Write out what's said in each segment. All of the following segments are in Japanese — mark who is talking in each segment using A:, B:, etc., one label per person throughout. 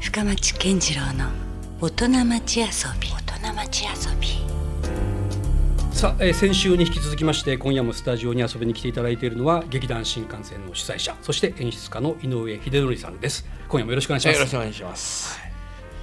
A: 深町健次郎の大人町遊び大人町遊び
B: さあ、えー先週に引き続きまして今夜もスタジオに遊びに来ていただいているのは劇団新幹線の主催者そして演出家の井上秀則さんです今夜もよろしくお願いし
C: は
B: ま
C: いよ
B: す
C: ろしくお願いします。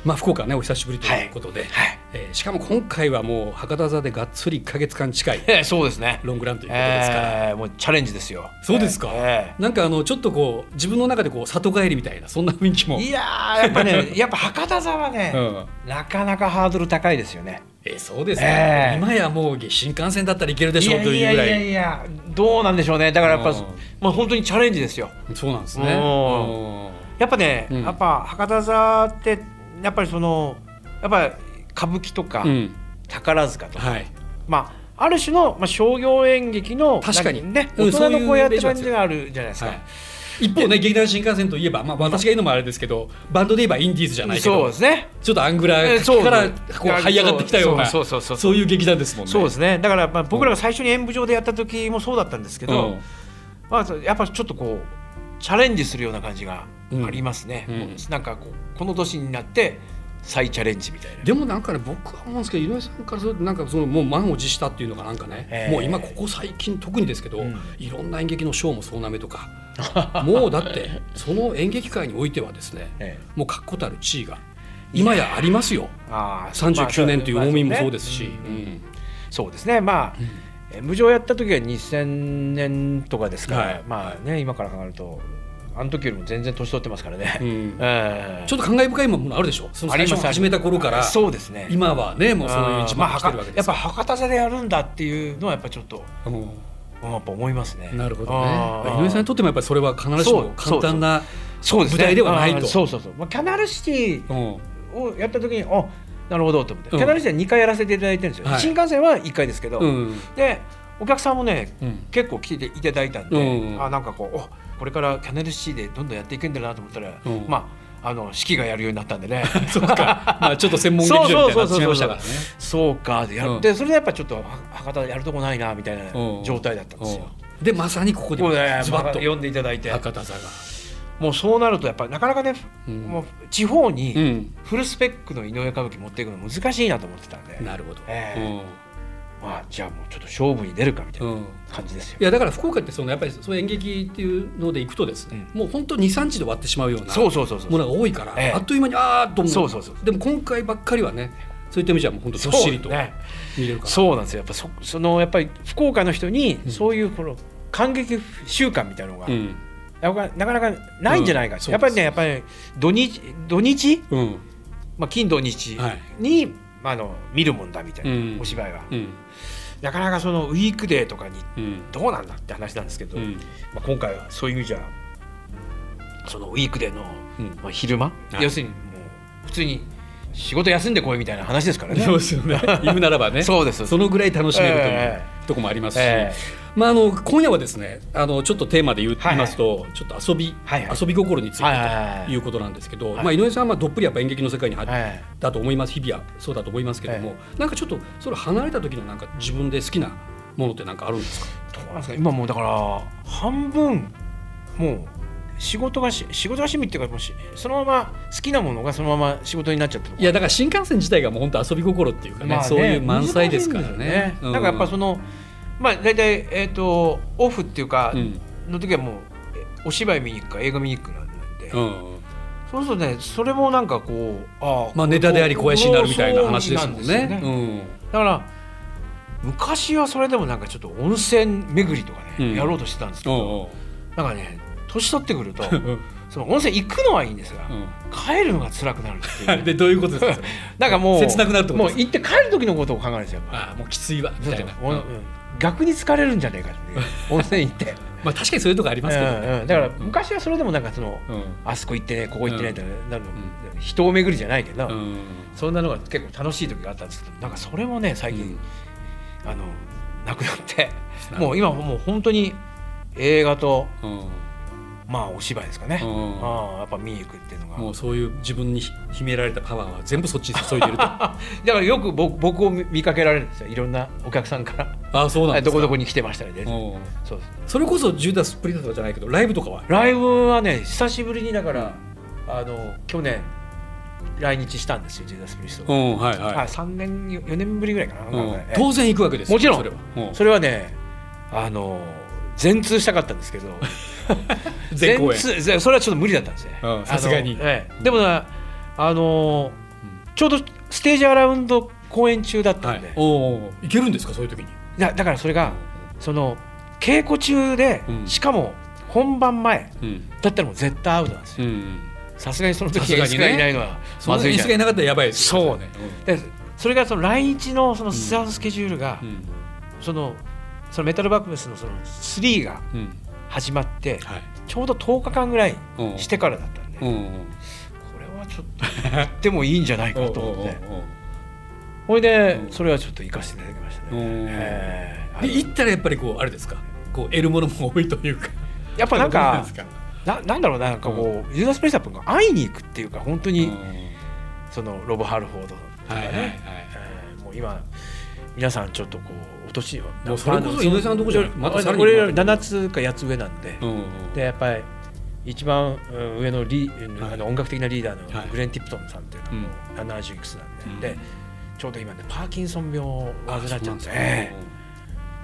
B: まあ福岡はねお久しぶりということで、
C: はい
B: えーしかも今回はもう博多座でがっつり1ヶ月間近 い
C: えーそうですね。
B: ロングランということですから、
C: えーもうチャレンジですよ。
B: そうですか、
C: え
B: なんかあのちょっとこう自分の中でこう里帰りみたいなそんな雰囲気
C: ー
B: も
C: いやーやっ ぱね、やっぱ博多座はね、
B: うん
C: なかなかハードル高いですよね。
B: えーそうですね、
C: えー
B: 今やもう新幹線だったらいけるで
C: い
B: しょう
C: や
B: と
C: い
B: いう
C: や
B: ぐ
C: い
B: らい
C: やいや、どうなんでしょうね。だからやっぱ、
B: うん
C: まあ本当にチャレンジですよ。
B: そうなんです
C: う
B: ね
C: ん
B: うん
C: やっぱね、
B: うん
C: やっぱ博多座ってやっぱりそのやっぱ歌舞伎とか、
B: うん、
C: 宝塚とか、
B: はい
C: まあ。ある種の、まあ、商業演劇の
B: 確かに
C: なんね
B: うん
C: 大人のこうやってる
B: そういうイメージは強い
C: 感じがあるじゃないですか、
B: はい、一方ね劇団新幹線といえば、まあ、私が言うのもあれですけどバンドで言えばインディーズじゃないけ
C: そう
B: ど
C: ですね
B: ちょっとアングラ
C: えーそう
B: からこう這い上がってきたような
C: そうそうそうそう
B: いう劇団ですもんね。
C: そうですすねだからまあ僕らが最初に演舞場でやった時もそうだったんですけど、まあ、やっぱちょっとこうチャレンジするような感じがありますね、
B: うんうん
C: もうなんかこうこの年になって再チャレンジみたいな
B: でもなんかね僕は思うんですけど井上さんからするとなんかそのもう満を持したっていうのがなんかね、
C: えー
B: もう今ここ最近特にですけど、
C: うん
B: いろんな演劇の賞も総なめと かもうだってその演劇界においてはですね、
C: え
B: もう確固たる地位が今やありますよ
C: あー
B: 39年という重みもそうですし。
C: まあ
B: う
C: ね
B: ん
C: そうですねまあ、演舞場やった時は2000年とかですから、
B: はい
C: まあね今から考えるとあの時よりも全然年取ってますからね、
B: うん
C: ええ
B: ちょっと感慨深いものあるでしょ。その最初
C: あります
B: 始めた頃から、
C: そうですね
B: 今はねもうそういう一
C: ま
B: 番
C: あ
B: 来てるわけで
C: やっ
B: すか
C: ぱ博多座でやるんだっていうのはやっぱちょっと
B: ら。うん
C: うんやっぱ思いますね。
B: なるほど
C: あ
B: ね。
C: ー
B: 井上さんにとってもやっぱりそれは必ずしも簡単な
C: そうですね
B: 舞台ではない
C: あー
B: と。
C: そうそうそう。まあキャナルシティ
B: うん
C: をやった時に、あ、なるほどと思って。
B: う
C: キ
B: ん
C: ャナルシティは2回やらせていただいてるんですよ。
B: はい
C: 新幹線は1回ですけど、
B: うん
C: でお客さんもね、
B: うん
C: 結構来ていただいたんで、
B: うん
C: あなんかこう、おこれからキャナルシティでどんどんやっていくんだなと思ったら、
B: うん
C: まああの式がやるようになったん でね。
B: そう か。まあちょっと専門劇場みたいになってしまいましたからね。
C: そうかでや
B: うん
C: って、それでやっぱちょっとは博多でやるとこないなみたいな
B: うん
C: 状態だったんですよ。
B: うんでまさにここで
C: もうね、
B: ズ
C: ま
B: バ
C: た
B: ッと
C: 読んでいただいて
B: 博多座が。
C: もうそうなるとやっぱりなかなかね、
B: うん
C: もう地方
B: う
C: に
B: ん。
C: フルスペックの井上歌舞伎持っていくの難しいなと思ってたんで、
B: なるほど。
C: ええ
B: うん
C: まあじゃあもうちょっと勝負に出るかみたいな
B: うん
C: 感じですよ、
B: いやだから福岡ってそのやっぱりそういう演劇っていうので行くとですね、もう本当に23日で終わってしまうような
C: そうそうそうそう
B: ものが多いから、
C: ええ
B: あっという間にあーっと思う
C: そうそうそう
B: でも今回ばっかりはねそういった意味じゃもう本当どっしりと
C: そうね
B: 見れるから
C: そうなんですよやっぱそそのやっぱり福岡の人にそういうこの感激習慣みたいなのが、
B: うん
C: やっぱなかなかないんじゃないか、
B: うん
C: やっぱりね
B: そ
C: やっぱり土日土日、
B: うん
C: まあ、金土日
B: はい
C: に、まあ、あの見るもんだみたいな、
B: うん
C: お芝居は、
B: うん
C: なかなかそのウィークデーとかに
B: うん
C: どうなんだって話なんですけど、
B: うん
C: まあ、今回はそういう意味じゃそのウィークデーの、
B: うん
C: まあ、昼間、
B: い
C: 要するにもう普通に仕事休んでこいみたいな話ですからね。
B: そうですよね言うならばね
C: そうですそうです
B: そのぐらい楽しめるという、
C: え
B: とこもありますし、
C: ええ
B: まあ、あの今夜はですねあのちょっとテーマで言う
C: はいは
B: 言いま
C: い
B: すと、ちょっと遊び、
C: はいはい
B: 遊び心について
C: はいはいはい
B: ということなんですけど、
C: はい
B: まあ、井上さんはまあどっぷりやっぱ演劇の世界に入って、
C: はい
B: だと思います日々はそうだと思いますけども、
C: え
B: なんかちょっとそれ離れた時のなんか自分で好きなものってなんかあるんですか
C: どうなんですか今もうだから半分もう仕事がし仕事が趣味っていうかもうしそのまま好きなものがそのまま仕事になっちゃってる
B: いやだから新幹線自体がもう本当遊び心っていうかね,、
C: まあね
B: そういう満載ですからね
C: 難しいんだよ
B: うん
C: なんかやっぱそのまあ大体えっ、とオフっていうか
B: うん
C: の時はもうえお芝居見に行くか映画見に行くかなんで、
B: うんうん
C: そうするとねそれもなんかこうあ
B: まあネタであり小林になるみたいな話ですもん
C: そうな
B: ね
C: んですよ
B: うん
C: だから昔はそれでもなんかちょっと温泉巡りとかね、
B: うん
C: やろうとしてたんですけ
B: お
C: ど、
B: う
C: なんかね年取ってくると
B: おう
C: その温泉行くのはいいんですが、
B: うん
C: 帰るのが辛くなるっていう、
B: でどういうことですかそれ
C: なんかもう
B: 切なくなるってこと
C: も
B: で
C: う
B: すか
C: 行って帰る時のことを考えるんですよやっぱ
B: ああもうきついわみたいな、
C: お
B: うん
C: うん逆に疲れるんじゃねえ かっていう温泉行って、
B: まあ確かにそういうとこありますけどね、
C: うんうんだから昔はそれでもなんかその、
B: うん
C: あそこ行ってねここ行ってねってなるの、人を巡りじゃないけど、
B: うん
C: そんなのが結構楽しい時があったんですけどなんかそれもね最近、あのなくなって
B: なるほど
C: もう今もう本当に映画と
B: うん
C: まあお芝居ですかね、
B: うん
C: ああやっぱ見に行くっていうのが
B: もうそういう自分に秘められたパワーは全部そっちに注いで るとあ
C: だからよく僕僕を見見かけられるんですよいろんなお客さんから
B: あそうなんですか
C: どこどこに来てましたねで
B: うん
C: そうです
B: それこそジューダス・プリートとかじゃないけどライブとかは
C: ライブはね久しぶりにだからあの去年来日したんですよジェザス・プリスト
B: う
C: が、
B: んはい
C: あ
B: は
C: 3年4年ぶりぐらいかな、
B: い、うん
C: なんかね
B: 当然行くわけですよ
C: もちろ
B: そ
C: ん
B: れは、うん
C: それはねあの全通したかったんですけど
B: 全公演
C: 通ぜそれはちょっと無理だったんですね
B: うんさすがに
C: あのええでもなあのちょうどステージアラウンド公演中だった
B: は
C: んで、
B: い、おお行けるんですかそういう時に
C: いやだからそれがその稽古中で、
B: うん
C: しかも本番前
B: うん
C: だったらもう絶対アウトなんですよ
B: うん
C: さすがにその
B: さ
C: 時
B: すが
C: 演
B: にね
C: 出がいないのは
B: そ
C: ま
B: の
C: ずい
B: 椅
C: じゃ
B: 子がい
C: ん
B: なかったらやばいですよ
C: そうねでそれがその来日のそのスタンスケジュールが、
B: うん
C: そのそのメタルバックスのその3が
B: うんうん
C: 始まって
B: はい
C: ちょうど10日間ぐらい
B: うん
C: してからだったんで、
B: う
C: こ
B: んうん
C: れはちょっと行ってもいいんじゃないかと思って
B: おうおう
C: ほいで
B: うん
C: それはちょっと行かせていただきました
B: おうおう
C: ね、え
B: で
C: え
B: 行ったらやっぱりこうあれですかこう得るものも多いというか
C: やっぱなん
B: どう
C: か
B: ですか
C: ななんだろうななんかこう、ユーザースペースアップが会いに行くっていうか本当
B: う
C: に、
B: ん
C: そのロブ・ハルフォードとか
B: はい
C: ね、
B: はいはい
C: えーもう今皆さんちょっとこうお年は
B: もうそれこそ井上さんのとこじゃまたさらに
C: 俺ら7つか8つ上なんで、
B: うんうん
C: でやっぱり一番うん上のリー
B: はい
C: あの音楽的なリーダー
B: はい
C: のグレン・ティプトンさんっていうのはもうう70いくつなんで,、
B: う
C: で
B: ん
C: ちょうど今ねパーキンソン病を患っちゃ
B: そう
C: って
B: なんですか
C: え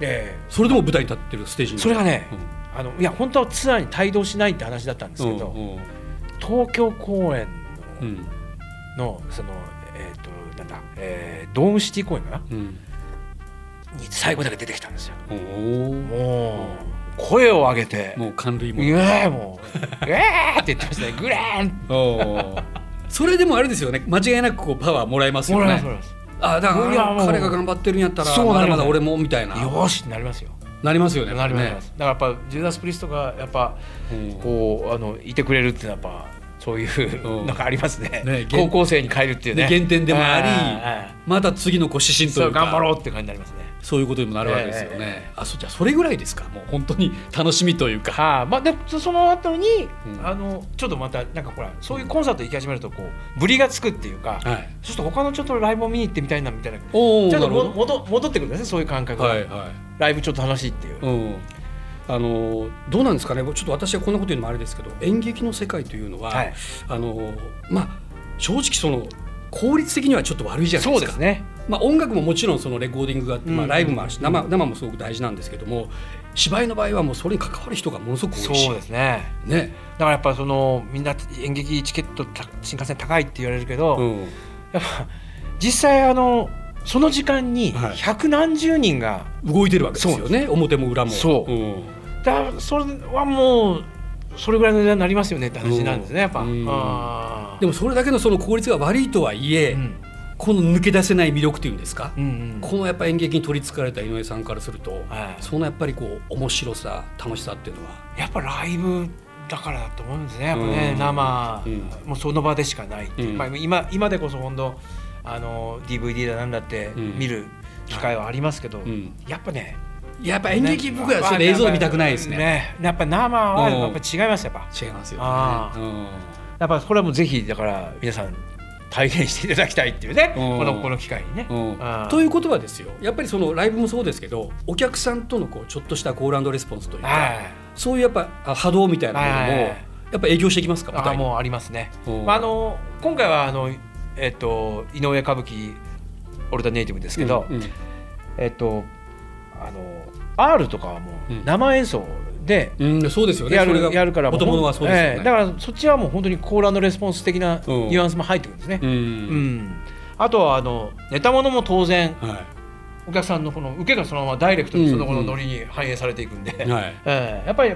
C: えで
B: うんそれでも舞台に立ってるステージに
C: それがね
B: うん
C: あのいや本当はツアーに帯同しないって話だったんですけど、
B: うん
C: 東京公演
B: う
C: の,、
B: ん
C: のそのえっ、となんだ、えードームシティ公演かな
B: うん
C: に最後だけ出てきたんですよ。
B: うんお
C: もう声を上げて
B: お、もう感類も
C: うわーもう、う わーって言ってましたね。グレーン。
B: おー それでもあれですよね間違いなくこうパワーもらえます
C: も
B: よ
C: らえます
B: ね
C: もらえます。
B: あだか
C: いやも
B: ら
C: う
B: 彼が頑張ってるんやったら
C: そう
B: ま
C: な
B: だ
C: るよ
B: ま
C: ね
B: だ俺もみたいな
C: よーしってなりますよ。
B: なりますよね
C: なり
B: やっ
C: ます。だからやっぱジューダスプリストがやっぱ
B: ぱりねうん
C: こうあのいてくれるっていうのはやっぱそういううんなんかありますね。
B: ねげん
C: 高校生に変えるっていうね。
B: で原点でもあり
C: はい
B: また次のこう指針と
C: そ
B: いううか
C: 頑張ろうって感じになりますね。
B: そういうことにもなるわけですよね、
C: え
B: あそじゃあそれぐらいですかもう本当に楽しみというか
C: はい、まあでその後に、
B: うん
C: あのちょっとまたなんかほらそういうコンサート行き始めるとこうぶりがつくっていう
B: はい
C: か、そうすると他のちょっとライブを見に行ってみたいなみたいな
B: おお
C: ちょ
B: な
C: っ
B: る
C: と
B: ほ
C: も
B: ど
C: 戻戻ってくるんですねそういう感覚が、
B: はいはい
C: ライブちょっと楽しいっていう、
B: うんあのどうなんですかねちょっと私はこんなこと言うのもあれですけど演劇の世界というのは、
C: はい
B: あのまあ正直その効率的にはちょっと悪いじゃないで
C: そう
B: す
C: で
B: か
C: すね
B: まあ、音楽ももちろんそのレコーディングがあって、まあ、
C: うん
B: ライブもあるし生生もすごく大事なんですけども芝居の場合はもうそれに関わる人がものすごく
C: そ
B: 多
C: う
B: いし
C: ですね
B: ね、
C: だからやっぱそのみんな演劇チケットた新幹線高いって言われるけど、
B: うん、
C: やっぱ実際あのその時間に
B: はい
C: 百何十人が、
B: 動いてるわけですよ
C: そう
B: ね表も裏も
C: そう
B: うん
C: だそれはもうそれぐらいの値段になりますよねって話なんですねやっぱ、
B: うん
C: あー
B: でもそれだけのその効率が悪いとはいえ、
C: うん
B: この抜け出せない魅力というんですか、
C: うんうん
B: このやっぱ演劇に取りつかれた井上さんからすると、
C: はい
B: そのやっぱりこう面白さ楽しさっていうのは、
C: やっぱライブだからだと思うんですねやっぱね、
B: うん
C: 生、
B: う
C: もうその場でしかないっていう、
B: うん
C: まあ、今今でこそ本当あの DVD だなんだって
B: うん
C: 見る機会はありますけど、
B: うん、
C: やっぱね
B: やっぱ演劇
C: ね
B: 僕はそれ映像で見たくないですね。
C: ねやっぱ生はやっぱ違いますやっぱ、
B: 違いますよ
C: あー
B: ね。
C: やっぱこれはもうぜひだから皆さん体現していただきたいっていうね、
B: うん
C: このこの機会にね、
B: うん
C: あー
B: ということはですよやっぱりそのライブもそうですけどお客さんとのこうちょっとしたコールレスポンスというか
C: はい
B: そういうやっぱあ波動みたいなもの
C: はい
B: も
C: はいはい
B: やっぱ影響していきますか舞
C: あ
B: 台に。
C: もうありますね、
B: うん
C: まあ、あの今回はあの、えっと井上歌舞伎オルタネイティブですけど、
B: うんうん
C: えっと、あの R とかはもう
B: うん
C: 生演奏で
B: うん、そうですよね。
C: や
B: そ
C: る,、
B: れが
C: やるからも
B: 元々はそうですよね。
C: ええだからそっちはもう本当にコーラのレスポンス的な
B: うん
C: ニュアンスも入ってくるんですね。
B: う
C: うん
B: ん、
C: あとはあのネタものも当然
B: は
C: お客さんのこの受けがそのままダイレクトにその後
B: うんう
C: の
B: ん
C: ノリに反映されていくんで、
B: い、はい、
C: ええやっぱり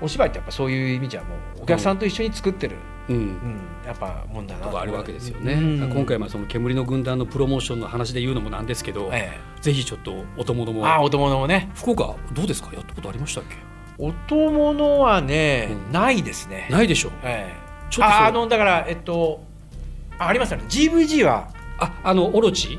C: お芝居ってやっぱそういう意味じゃもうお客さんと一緒に作ってる、
B: うん
C: う。んやっぱもんだな
B: とかあるわけですよね。
C: うん
B: 今回まあその煙の軍団のプロモーションの話で言うのもなんですけど、
C: え
B: ぜひちょっとお友ど
C: え
B: も
C: ああお友のもね
B: 福岡どうですかやったことありましたっけ？
C: お友のはね、
B: うん
C: ないですね
B: ないでしょう。
C: ええ
B: ちょっと
C: あ
B: そ
C: あのだからえっとあありますよね GVG は
B: ああのオロチ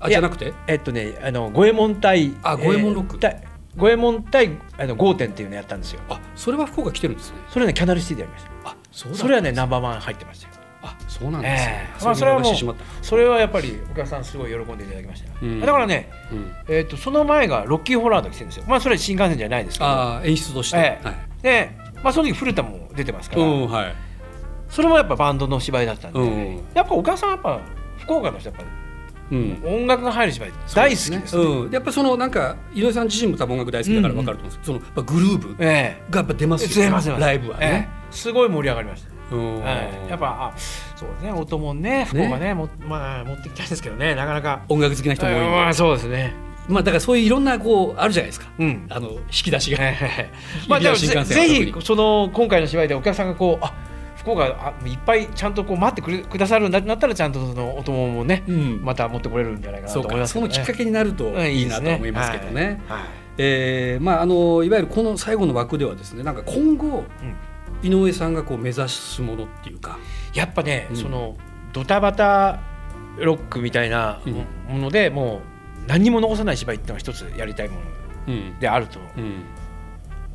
B: あ
C: い
B: じ
C: や
B: ゃなくて
C: えっとねあの五右衛門対
B: あ五右衛門ロック
C: えー対五右衛門対あのゴーテンっていうのやったんですよ
B: あそれは福岡来てるんですね。
C: それねキャナルシティでやりました
B: あそうだ
C: それはねナンバーワン入ってましたよ
B: あそうなんですね
C: え。えまあそれはも
B: 見
C: う
B: 逃してしまった
C: それはやっぱりお客さんすごい喜んでいただきました、
B: うん
C: だからね、
B: うん
C: えっとその前がロッキーホラーの時来てるんですよまあそれは新幹線じゃないですけど
B: あー演出として、
C: ええ
B: はい。
C: でまあその時古田も出てますから、
B: うんはい。
C: それもやっぱバンドの芝居だったんで、
B: うん
C: やっぱ岡さんはやっぱ福岡の人やっぱ
B: うん
C: 音楽が入る芝居大好きです、ね
B: うん、でやっぱそのなんか井上さん自身も多分音楽大好きだから分かると思うんですけど、そのやっぱグルーブが
C: ええ
B: やっぱ出ますよね
C: 出ます出ます
B: ライブはね。
C: ええすごい盛り上がりました
B: うん
C: はいやっぱあそうですね音もね福岡ねもまあ持ってきたいですけどねなかなか
B: 音楽好きな人も多い、
C: うんまあそうですね
B: まあだからそういういろんなこうあるじゃないですか
C: うん
B: あの引き出しが。
C: まあでも
B: 新
C: ぜ
B: 幹線は
C: ぜ
B: 特に
C: ひその今回の芝居でお客さんがこうあ福岡あいっぱいちゃんとこう待ってくれくださるんだってなったらちゃんとそのお供もね
B: うん
C: また持ってこれるんじゃないかな
B: そ
C: と
B: う
C: 思い
B: か
C: ます
B: そ
C: けど
B: の
C: ね
B: きっかけになると
C: うん
B: いい
C: で
B: な
C: す
B: と思いますけどね。
C: はいはい
B: えーまああのいわゆるこの最後の枠ではですねなんか今後、井上さんがこう目指すものっていうか、
C: やっぱね、
B: うん
C: そのドタバタロックみたいな
B: うん
C: もので、もう何にも残さない芝居っていうのが一つやりたいもの
B: うん
C: であると、
B: うん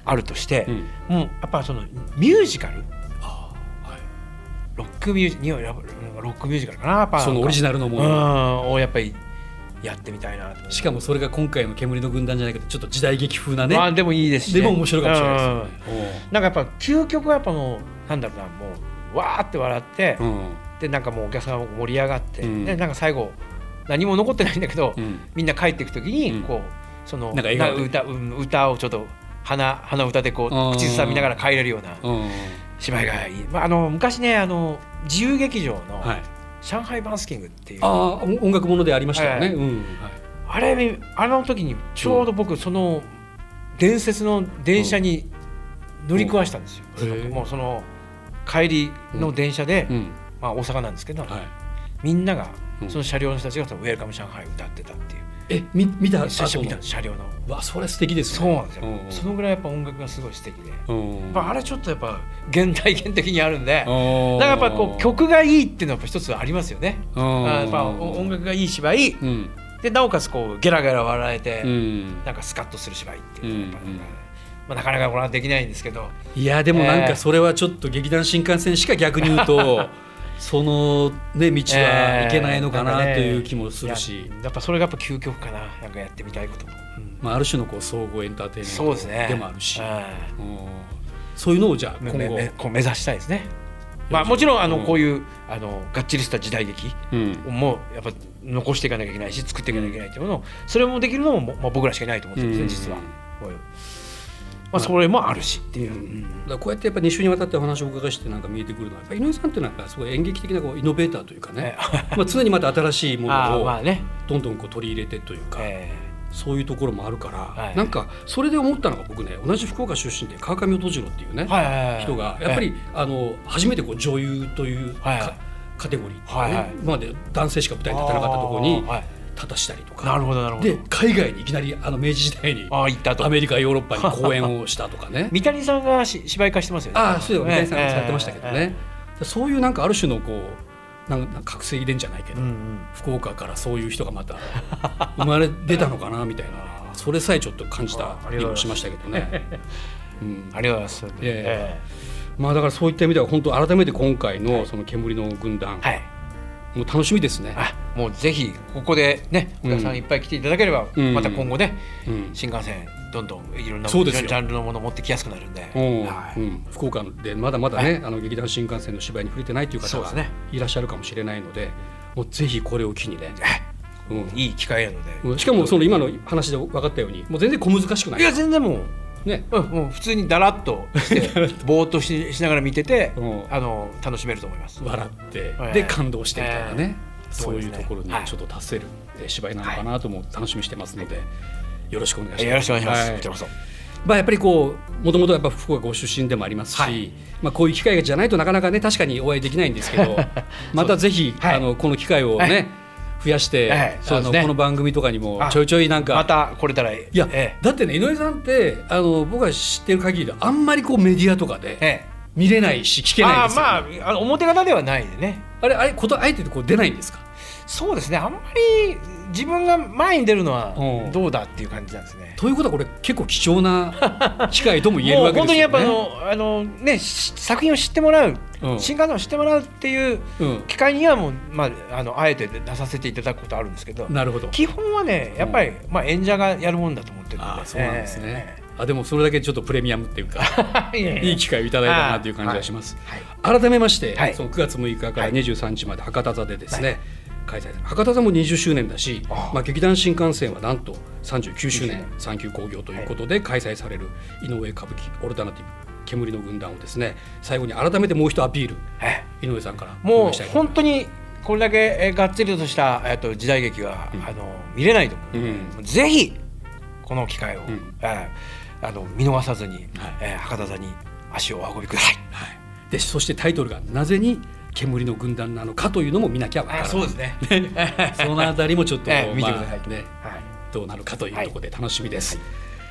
C: あるとして、
B: うん
C: もうやっぱそのミュージカル
B: あーはい
C: ロックミュージにやっぱロックミュージカルかなやっぱ
B: そのオリジ
C: ナ
B: ナルのも
C: う
B: の
C: んをやっぱりやってみたいなと
B: しかもそれが今回の煙の軍団じゃないけどちょっと時代劇風なね、
C: まあでもいいですし、ね、
B: でも面白いかもしれない
C: うん
B: ですよね。
C: なんかやっぱ究極はやっぱもうなんだろうなもうわーって笑って、
B: うんうん
C: でなんかもうお客さんが盛り上がって、
B: うん
C: でなんか最後何も残ってないんだけど、
B: うん
C: みんな帰っていくとき
B: うん
C: にこう、そ
B: な
C: の
B: んか笑顔で
C: な歌うん歌をちょっと鼻鼻歌でこ
B: うん
C: う口ずさみながら帰れるような
B: うん
C: 芝居がいい、まあ、あの昔ねあの自由劇場の
B: はい、
C: 「上海バンスキング」っていう、
B: ああ音楽ものでありましたよね。
C: はい
B: うんはい
C: あれあの時にちょうど僕その伝説の電車に乗り食わしたんですよ、
B: うんへえ
C: もうその帰りの電車で、
B: うん
C: まあ、大阪なんですけど、
B: はい
C: みんなが
B: うん
C: その車両の人たちがその「ウェルカム上海」を歌ってたってい
B: え
C: う
B: み見た
C: 最初
B: 後
C: 見た
B: の
C: の車両の
B: わそれ素敵です
C: そう
B: ね。
C: なんですよ、
B: うんうん
C: そのぐらいやっぱ音楽がすごい素敵で、やっ
B: うん
C: ぱあれちょっとやっぱ現代現的にあるん
B: だ
C: で、だからやっぱこう曲がいいっていうのはやっぱ一つありますよね、あーやっぱお音楽がいい芝居
B: うん
C: でなおかつこうゲラゲラ笑えて、
B: うん
C: なんかスカッとする芝居っていうのがやっぱ
B: うんうん
C: まあ、なかなかこれはできないんですけど
B: いやでもなん
C: え
B: か
C: え
B: それはちょっと劇団新幹線しか逆に言うと そのね道は
C: えー
B: いけないのかなと
C: んね
B: いう気もするし
C: いや、やっぱそれがやっぱ究極かななんかやってみたいことも、うん
B: まあある種のこう総合エンターテイン
C: そう
B: メ
C: ですね
B: ントでもあるし、
C: はい
B: うんそういうのをじゃあ今
C: めめめ
B: 後、
C: こう目指したいですね。まあ、もちろんあの
B: うん
C: こういうあのがっちりした時代劇
B: うん
C: もやっぱ残していかなきゃいけないし作っていかなきゃいけないっていうものをそれもできるのも、もまあ、僕らしかいないと思ってるんですね実は
B: うん。
C: こういうまあ、それもあるしっていう。
B: だからこうやってやっぱ2週にわたってお話をお伺いしてなんか見えてくるのはやっぱ井上さんっていうのはやっぱすごい演劇的なこうイノベーターというかね、 まあ常にまた新しいも
C: あ
B: の
C: あま
B: を
C: あね、
B: どんどんこう取り入れてというか、
C: え
B: そういうところもあるから、
C: はい
B: なんかそれで思ったのが僕ね同じ福岡出身で川上音次郎っていうね、
C: ーはいはいはい、
B: 人がやっぱ
C: え
B: り、あの初めてこう女優というか、
C: はいはい
B: カテゴリーっていうかね、
C: はいはい
B: 今まで男性しか舞
C: え
B: 台に立たなかったところに
C: あーはい
B: 立たしたりとか、
C: なるほどなるほど。
B: で海外にいきなりあの明治時代に
C: ああ行ったと
B: ア。メリカヨーロッパに公演をしたとか ね
C: 三谷さんがし芝居化してますよね。
B: ああそうだよね三谷さんされてましたけど
C: ええ。え
B: ね、そういうなんかある種のこうなんか覚醒遺伝じゃないけ
C: え
B: ど、
C: うんうん
B: 福岡からそういう人がまた生まれ出たのかなみたいなそれさえちょっと感じた
C: ああり
B: り
C: がとう
B: も
C: ございます
B: しましたけどね。うん
C: ありがとうございます。
B: え
C: え
B: まあだからそういった意味では本当改めて今回のその煙の軍団、
C: えはい。
B: もう楽しみですね。
C: あもうぜひここでねお客さ
B: うん
C: んいっぱい来ていただければ、
B: うん
C: また今後ね、
B: うん
C: 新幹線どんどんいろんな
B: そうで
C: ジ
B: すよ
C: ャンルのもの持ってきやすくなるんで、
B: うん
C: はい
B: うん福岡でまだまだね、あの劇団新幹線の芝居に触れてないという方
C: そう
B: が
C: ですね
B: いらっしゃるかもしれないのでもうぜひこれを機にね、う
C: いい機会なので、
B: んうん、しかもその今の話で分かったようにもう全然小難しくない
C: いや全然もう。
B: ね、
C: うん、もう普通にだらっと してぼーっとししながら見てて、
B: うん
C: あの楽しめると思います。
B: 笑って、
C: はい
B: で感動してみたいなね、そ
C: そう
B: い
C: うです
B: う
C: ね
B: ところに
C: はい
B: ちょっと達せるえー芝居なのかなとも楽しみにしてますので、よろしくお願いします。
C: よろしくお願いします。
B: は
C: こちらこそ
B: まあ、やっぱりこうもともとやっぱ福岡ご出身でもありますし、
C: はい
B: まあ、こういう機会じゃないとなかなかね確かにお会いできないんです けどまたぜひ、
C: はい
B: あのこの機会をね、
C: はい
B: 増やして、
C: はいそう
B: あ
C: で
B: の
C: すね
B: この番組とかにも
C: あ
B: ちょいちょいなんか
C: また来れたらい
B: いや、
C: え
B: だってね井上さんってあの僕が知ってる限りではあんまりこうメディアとか
C: え
B: で
C: ええ
B: 見れないし聞けないん
C: あ
B: ですよ、
C: あまああの表方ではないでね
B: あれあれことあえてこう出ないんですか
C: そうですねあんまり自分が前に出るの
B: うん
C: はどうだっていう感じなんですね。
B: ということはこれ結構貴重な機会とも言える
C: も
B: わ
C: う
B: けで
C: 本
B: す
C: 当にや
B: よ
C: っぱあ
B: ね。
C: のあの、ね、し作品を知ってもらう、
B: うん
C: 新幹線を知ってもらうっていう
B: うん
C: 機会にはもう、まあ、あのあえて出させていただくことあるんですけど
B: なるほど
C: 基本はねやっぱり、まあ、演者がやるもんだと思ってるの
B: あ
C: で
B: ーそうなんですね
C: え
B: あでもそれだけちょっとプレミアムっていうか
C: いやい や
B: いい機会をいただいたなという感じがします、
C: はい
B: 改めまして、
C: はい
B: その9月6日から
C: はい
B: 23日まで博多座でですね、開催される博多座も20周年だし
C: ああ
B: まあ、劇団新幹線はなんと39周年
C: 39
B: 産休興行ということで開催される井上歌舞伎オルタナティブ煙の軍団をですね最後に改めてもう一アピール
C: はい
B: 井上さんからお
C: も
B: 願いしたいうと思い
C: 本当にこれだけえーがっつりとしたえーと時代劇が、あの見れないと思う、
B: う
C: ぜひこの機会を、
B: ん
C: えーあの見逃さずに、
B: はい
C: えー博多座に足をお運びください。
B: ます、はい、でそしてタイトルがなぜに煙の軍団なのかというのも見なきゃわからない
C: す ね。
B: そのあたりもちょっと、
C: ええ見てください
B: まあね
C: はい、
B: どうなるかというところで楽しみです、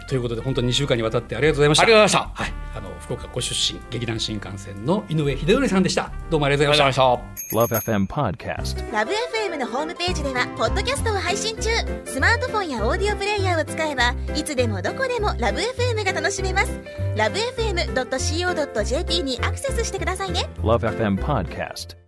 B: ということで本当に2週間にわたってありがとうございました
C: ありがとうございました。
B: はい、あの福岡ご出身劇団新幹線の井上秀則さんでしたどうもありがとう
C: あ
B: ご
C: り
B: ざい
C: が
B: ま
C: とう
B: し
C: ございました。
D: Love FM Podcast.
E: ラブ f m のホームページではポッドキャストを配信中スマートフォンやオーディオプレイヤーを使えばいつでもどこでもラブ f m が楽しめますラブ FM.co.jp にアクセスしてくださいね
D: Love FM Podcast.